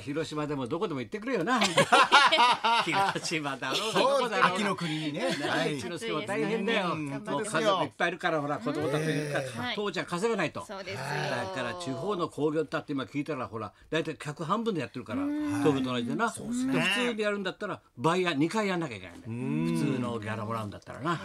広島でもどこでも行ってくれよな 広島だろうがどそこうだろう秋がの国にね。はい。一之輔も大変だよ、うんもう家族いっぱいいるからほら子供たちが父ちゃん稼がないと、そうですよだから地方の興行だって今聞いたらほら大体客半分でやってるから東京と同じでな、で普通でやるんだったら倍や2回やんなきゃいけないね普通のギャラもらうんだったらな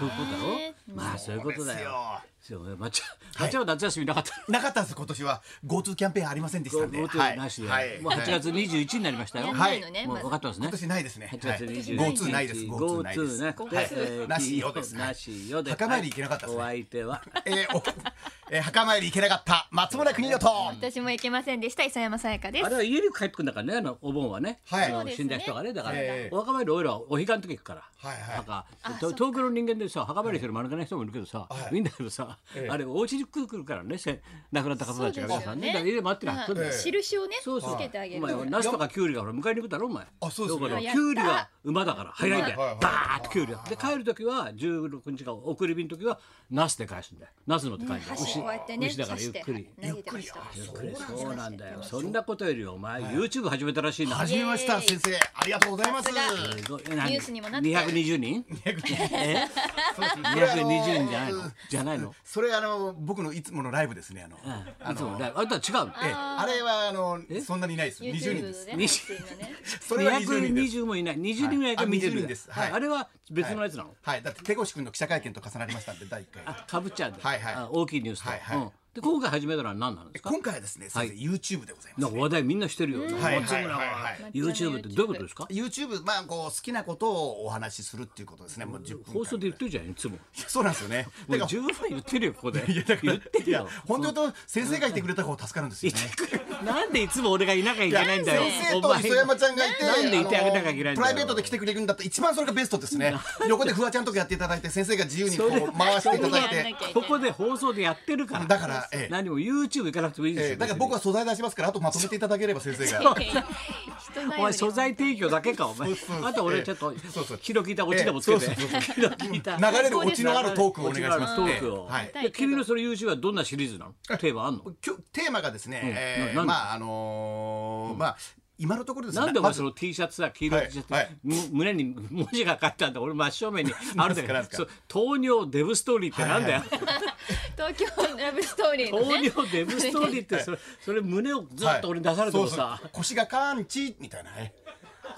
そういうことだろ、まあそういうことだよそうまっちゃんまっちゃんは夏休みなかったなかったです今年は GoTo キャンペーンありませんでしたんで。もうはい。なしで、はいもう8月21になりましたよ、やんないのね、もうまだ分かってますね今年ないですね。 8はい月21 GoTo ないです。GoTo ないです。なくて、はいえーなしよですなしよで墓参り行けなかったですねお相手はえーお えー墓参り行けなかった松村邦洋と。私も行けませんでした磯山さやかですあれは家に帰ってくんだからねあのお盆はね、はいあのそうです死ねんだ人がねだから、ええお墓参り俺らお彼岸の時行くから。はいはいなんかと東京の人間でさ墓参りしてる間抜けない人もいるけどさ、はいい、いんだけどさ、あれお家に来るからねせ亡くなった方たちがそうですねよさ、ねね、だから家で待ってるはずなんだはいよ印をねそうそうつけてあげおる前ナスとかキュウリがほら迎えに行くだろお前あそうですねだからやったキュウリは馬だから早いんだよ、はいはいはいバーッとキュウリだで帰る時は16日か送り火の時はナスで返すんだよナスのって返すんだよ、箸こうやってね牛だからゆっくり刺して投げてましたそうなんだよ。そんなことよりお前 YouTube 始めたらしいな。始めました先生ありがとうございます。さすそうすごいニュースにもなって220人？えですねこれあの ?220 人じゃないの？じゃないの？それあの僕のいつものライブですねあの。あいつもねあんた違うの。えあれはあのそんなにいないです。20 YouTube 人です。で配信のねそれは20人です。 220もいない20人ぐらいが見てはいあ20る人ですはいあれは別のやつなの、はい、だって手越君の記者会見と重なりましたんで第一回。あかぶっちゃうんだ、はいはいあ大きいニュースと、はいはいうんで今回始めたのは何なんですか今回はですね、先生は YouTube でございまなんす、か話題みんなしてるよ、はい松村はいはいははい YouTube ってどういうことですか YouTube まあこう好きなことをお話しするっていうことですね。もう10分間。放送で言ってるじゃんいつもそうなんですよ ね。もだうか十分言ってるよここで言らっだてからいるやよ本当だと先生がいてくれた方助かるんですよね。なんでいつも俺がいなきゃいけないんだよ。先生おと前磯山ちゃんがいて、なんでいてあげなきゃいけないんだよプライベートで来てくれるんだったら一番それがベストですね。横でフワちゃんとかやっていただいて、先生が自由にこそれう回していただいそれやんてな。きゃいけこないこで放送でやってるから。だから、ええ何も YouTube 行かなくてもいいでえすえよ。だから僕は素材出しますから、あとまとめていただければ先生が。人頼みお前素材提供だけかお前そうそ うあと俺ちょっとそうそう気の利いたオチでもつけてええそうそう気の利いた流れるオチのあるトークをお願オチいしのあます。るトークをええはい。で君のそれ YouTube はどんなシリーズなのテーマあんの今日テーマがですね、えなーなんまああのーまあ今のところですねなんでおま前ずその T シャツさ黄色い T シャツ、はいはいむ胸に文字が書いてあるんだ俺真正面にあるんだけ なんですかどそう糖尿デブストーリーってなん だよ、東京ラブストーリーの糖ね尿デブストーリーってそれそれ胸をずっと俺に出されてもさ、はいそうそう腰がカーンチみたいなね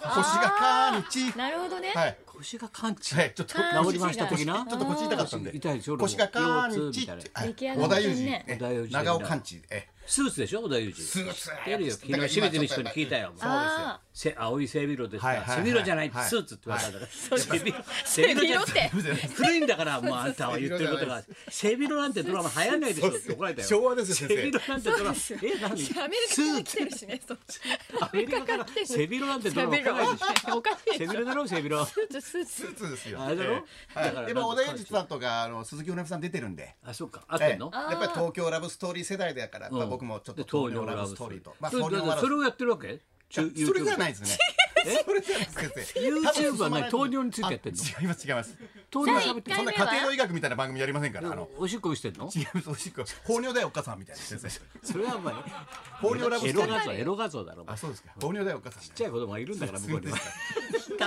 腰がカーンチなるほどねはい腰が感知、はいちょっとあー治りました的なちょっと腰痛かったんで腰痛いでしょ腰がカーン腰痛チみたいなはい出来上小が田って裕ん二ねえ織田裕二長尾カンチえスーツでしょ小田裕二スーツ知ってるよ昨日清水の人に聞いたよそうですよあせ青い背広ではいさはいはい背広じゃないはいスーツって言われたんだから背広背広って古いんだからもうあんたは言ってることが背広なんてドラマ流行んないでしょって怒られたよ昭和ですよ先生背広なんてドラマえ何ーアメリスカからー来ツてるしねそっちアメリカから背広なんてドラマ喋来ないでしょろおかしい背でしょ広だろ背広スーツスーツーツですよあれだろえはいだからやっぱ小田裕二さんとかあの鈴木おなみさん出てるんであそうか合っえてえんのやっぱり東京ラブストーリー世代だからやっぱ僕もちょっと東京ラブストーリーとまあそ東れ京ラブストそーリーれをやってるわけいやそれじゃないいですね。それじゃないです先生 YouTube はない多糖分進ま尿についてやってんのあ違います違います。糖尿喋って一回そん目なは家庭の医学みたいな番組やりませんから。あのおしっこしてん の違いますおしっこ放尿だよおっかさんみたいな先生。それはお前放尿ラブエストローリー画。像エロ画像だろお前あちっそうですか。放尿だよおっかさん。ちっちゃい子供がいるんだから向こうには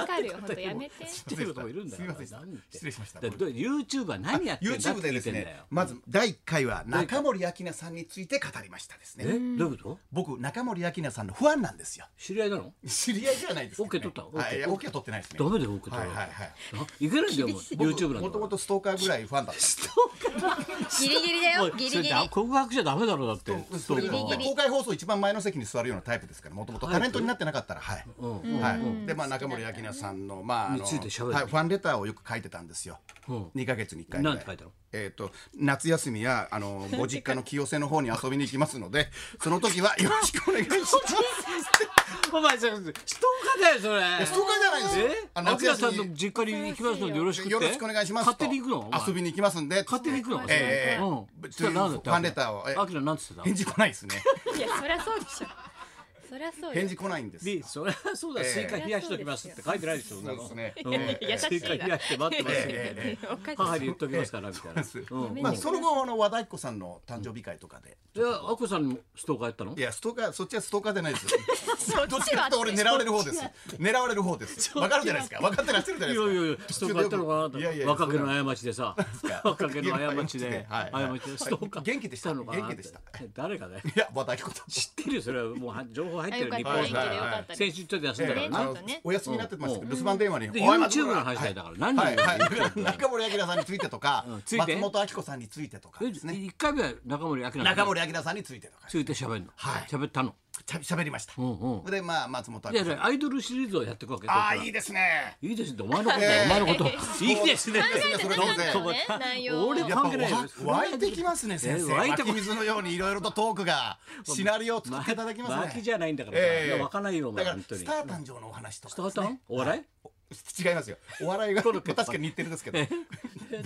わかるよ本当やめてちっちゃい子供いるんだかすみらません何言って失礼しましただ。から YouTube は何やってんだっ YouTube てで聞でいすてんだねよ。まず第一回は中森明菜さんについて語りましたですえね。どういうこと僕中森明菜さんのファンなんですよ。知り合い なの知り合いじゃないですけど OK 取ね。ったはい OK いや OK 取ってないですね。ダメだよ OK 取らはないいはいはい。あいけないんだよもう YouTube なんもだともかとストーカーぐらいファンだった。ギリギリだらおよいギそリギリれだ告白じゃダメだろだってそれでギリギリ公開放送一番前の席に座るようなタイプですからもともとタレントになってなかったらはい、うんはい、でまあ中森明菜さんのまああのについて喋るはい、ファンレターをよく書いてたんですよ、うん二ヶ月に一回ぐらないんて書いたのえー、と夏休みやあのご実家の清瀬の方に遊びに行きますので その時はよろしくお願いします。お前それストーカーだよそれストーカーじゃないですよえあ秋田さん夏の休み実家に行きますのでよろしくってよろしくお願いしますと勝手に行くのお前遊びに行きますんで勝手に行くのええええうんぶそしたら何だったファンレターをえ アキラ何つってた返事来ないですねいやそりゃそうでしょそりゃそう返よ事来ないんですで、そりゃそうだ、ええスイカ冷やしときますって書いてないでしょ、そんそなうでのすねうん優しいなスイカ冷やして待ってますみたいなえ おかしい母に言っときますからみたいな。うんまあその後あの和田アキ子さんの誕生日会とかでじゃあ、アコさんもストーカーやったのいやストーカーそっちはストーカーじゃない ですそっどっちちかはって俺狙われる方です狙われる方です分かるじゃないですか分かってらっしゃるじゃないいですやかいやいや、ストーカーやったのかなといやいや若気の過ちでさか、若気の過ちで、はいはい過ちでストーカー元気でしたのかなって元気でした誰かね。いや和田アキ子さん知ってるよ、それはもうは情報入ってるよあ日よ本かはったい人はだいはからいったね先週ちょっと休んだからええなちょっとねお休みになってましたけどう留守番電話にでおい YouTube の話だから何人はいはいいるの 中森明菜さんについてとかんついて松本明子さんについてとかえですね一回目は中森明菜中森明菜さんについてとかついて喋るのはい喋ったのしゃしゃべりましたんうんでまあ松本い明や子いさんやアイドルシリーズをやっていくわけああこいれいかですねらいいですってお前のことええだよお前のこといいですね考えてなかったねどうぞ内容俺やっ関係ないよぱわ湧いてきますね先生え湧湧いいててこ水のようにいろいろとトークが シナリオを作っていただきますね巻きじゃないんだからさええいや湧かないよお前だか本ら当にスター誕生のお話とかスター誕お笑いい 違いますよお笑い が確かに似てるんですけど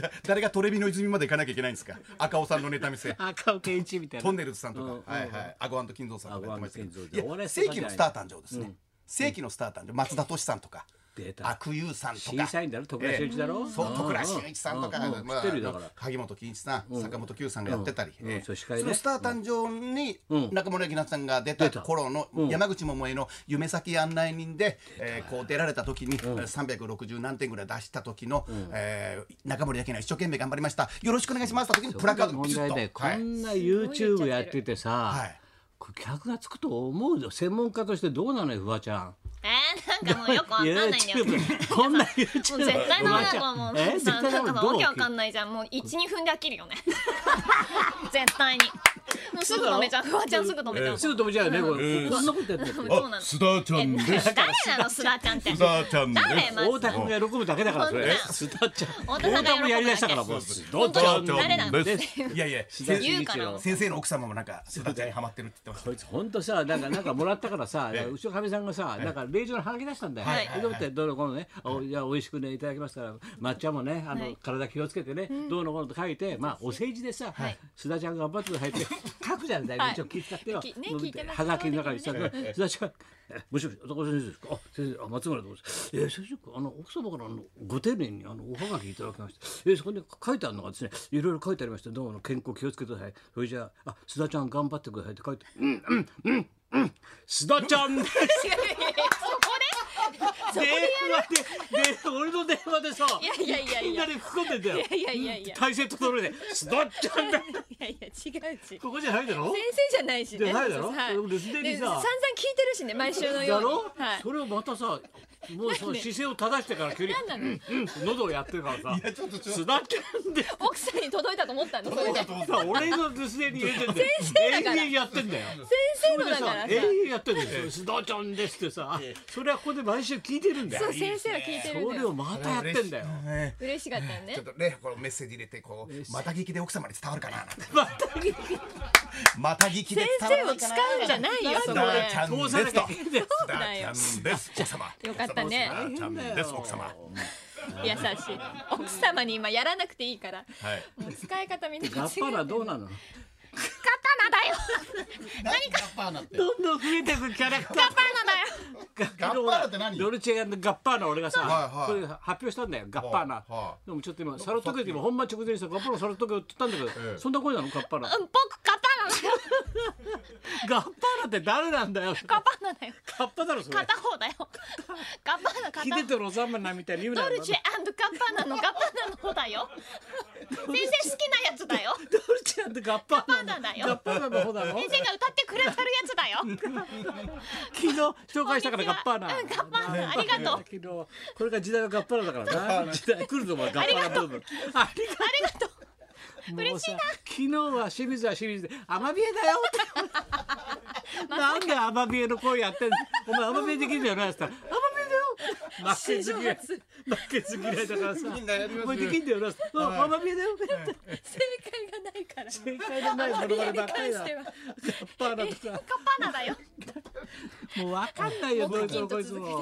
だ誰がトレビの泉まで行かなきゃいけないんですか赤尾さんのネタ 見せ赤尾健一みたいなトンネルズさんとうか、はいはい、アゴアンド金蔵さんとかやってましたけアゴアンド金ど、蔵いお笑やいスター正じ規ゃなのいスター誕生ですね。正規のスター誕生、松田俊さんとか出、た悪友さんと審か。査員だろ徳田修一だろそう、ん徳良俊一さんとか、ううま知あってるよだから萩本欽一さん、坂本九さんがやってたり、うんえうんえそう司そ会ねのスター誕生にうん中森明菜さんが出た頃の山口百恵の夢先案内人で、えーこう出られた時に360何点ぐらい出した時の、えー中森明菜一生懸命頑張りました、よろしくお願いしますって時にプラカードに問ピシッ題とだよこはいんな YouTube やっててはさいこれ客がつくと思うよ専門家としてどうなのよフワちゃんえー、なんかもうよくわかんないんだよ。もう YouTube こんな YouTube 絶対ダメだもん、もえう絶さ、対なダんメかだもうわけわかんないじゃん。もう一二分で飽き るよね。絶対に。もうすぐ止めちゃう。フワちゃんすぐ止めちゃう。すぐ止めちゃうよねこれこんなことやってるそうなの。須田ちゃんです。誰なの、須田ちゃんって。須田ちゃんです。誰ま太ず。田君が喜ぶだけだからそれそ須田ちゃん太田さんが喜ぶだけもやりだしたからもう本当に誰なのでいやいや、須田言慎う一から郎も先生の奥様もなんか、すだちゃんにハマってるって言ってこました。いつ本当さなんかなんかもらったから さうちのかみさんがさなんか令状のハガキ出したんだよ。はいでどうってどうのこうのねおじゃあ美味しくねいただきましたら抹茶もねあはのい体気をつけてねどうのこうのと書いてまあお世辞でさ須田ちゃん頑張ってください って書くじゃんだいぶはい一応気遣ってよきねもう聞いてますハガキの中にさ須田ちゃんえもしもし男先生ですかあ先生あ松村と申しますえー先生あの奥様からあのご丁寧にあのおはがきいただきましてえーそこに書いてあるのがですねいろいろ書いてありましてどうも健康気をつけてくださいそれじゃああ須田ちゃん頑張ってくださいって書いてうんうんうんうん須田ちゃんです電話でで俺の電話でさいやいやいやみんなで吹っ込んでんだよいやいやいや。体勢整えて須田ちゃんだいやいや、違うし。先ここじゃないだろ生じゃないしね。じゃないだろはい俺すでにさで散々聞いてるしね、毎週のだように。ろ、はい。それをまたさもうその姿勢を正してから急になんなのうんうん喉をやってるからさ須田ちゃんで奥さんに届いたと思ったの。それで先さ俺の留守電に入れてんだよだから永遠やってんだよ生のでだかさらさ。永遠やってんだよ須田ちゃんですってさそれはここで毎週聞いてるんだよそう、先生は聞いてるんそだれをよ。またやってんだよね嬉しかったよねちょっ。とね、このメッセージ入れて、こう、また聞きで奥様に伝わるかな。また聞また聞きで先伝わる生をか使うんじゃないよ、そこな。で。ちゃん通でさなすきゃとい。け ないスターちゃんです、奥様。よかったねスターちゃんです、奥様。優しい奥様に今やらなくていいからはい。もう使い方みんな違うガッパラどうなの何か。ガッパーなって。どんどん増えてくキャラクターガッパーナって何ドルチェガッパーナ俺がさ、はいはいこれ発表したんだよガッパーナ、はいはでもちょっと今サロトケって今本番直前にさガッパーナサロトケって言ったんだけど、ええそんな声なのガッパーナ僕カタナだよガッパーナって誰なんだよカパナだよカッパだろそれ片方だよカパナ片ヒデとロザンマナみたいに言うなドよルチェカパナのカパナの方だよ先生好きなやつだよドルチェってガッパーナガッパーナだよガッパーナの方だろ先生が歌ってくれてるや つだよ昨日紹介したからガッパーナうんガッパーナありがとう昨日これから時代がガッパーナだからな時代来るぞお前ガッパーナブームありがとうありがとう嬉しいな昨日は清水は清水でアマビエだよ ってなんでアマビエの声やってんのお前アマビエできるんじゃないですかアマビエだよ負けず嫌い負けず嫌いだからさんなやりますよお前できんだよなうんアマビエだよ正解がないから正解のないモノマネばっかりだアマビエに関ガッパーナと かカパナだよもうわかんないよこいつもこいつも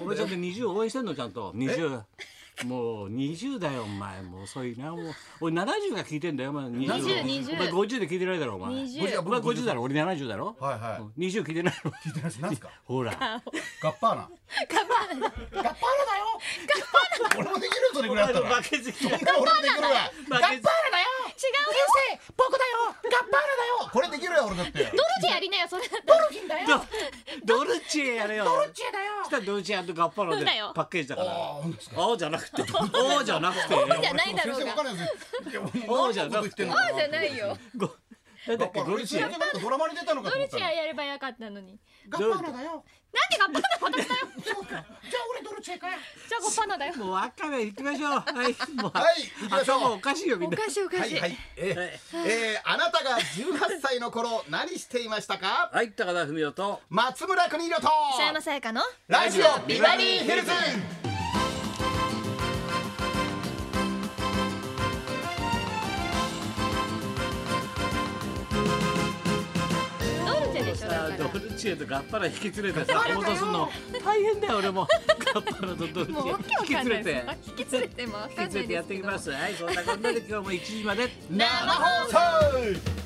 お前ちゃんと20応援してんのちゃんと20もう20だよお前もう遅いなもう俺70が聞いてんだよお前20 20 20お前50で聞いてないだろお前20ごじお前50だろ俺70だろはいはいい20聞いてないの聞いてないです。何ですか。ほらガッパーナ。ガッパーナ。ガッパーナだよ。ガッパーナ。俺もできるそれぐらいだったら。負けず嫌い俺もできだるわ。ガッパーナだよ。違う先生。僕だよ。ガッパーナだよ。これできるよ俺だって。ドルチェやりなよそれだったらドドルチェやれよドルチェだよしたらドルチェガッパロでだよパッケージだかあ らあ本当ですか。青じゃな くて青じゃなくてじゃないだろう先生わがかんないですよ。いやおもーうじゃ何あのこと言ってんのあかな。ーじゃないよごなんだっけドドルルチチェェなんかドラマに出たのかと思ドルったチの。ェやればよかったのにガッパーナだよ。なんでガッパーナ私だよそうか。じゃあ俺ドルチェか。はいじゃあガッパーナだよもうわかめ行きましょうはいもう行きましょう頭おかしいよみんなおかしいおかはしいいはい。えーえーあなたが18歳の頃 何していましたか。はい高田文夫と松村邦洋と。北山さやかのラジオビバリーヒルズドルチェでしょだからドルチェとガッパラ引き連れてさ戻すの大変だよ俺もガッパラとドルチもうわけェわ引かきんな連れいてです引き連れてもわかん引なきい連れてでやすってけいきどますはいそんなこんなで今日も1時まで生放送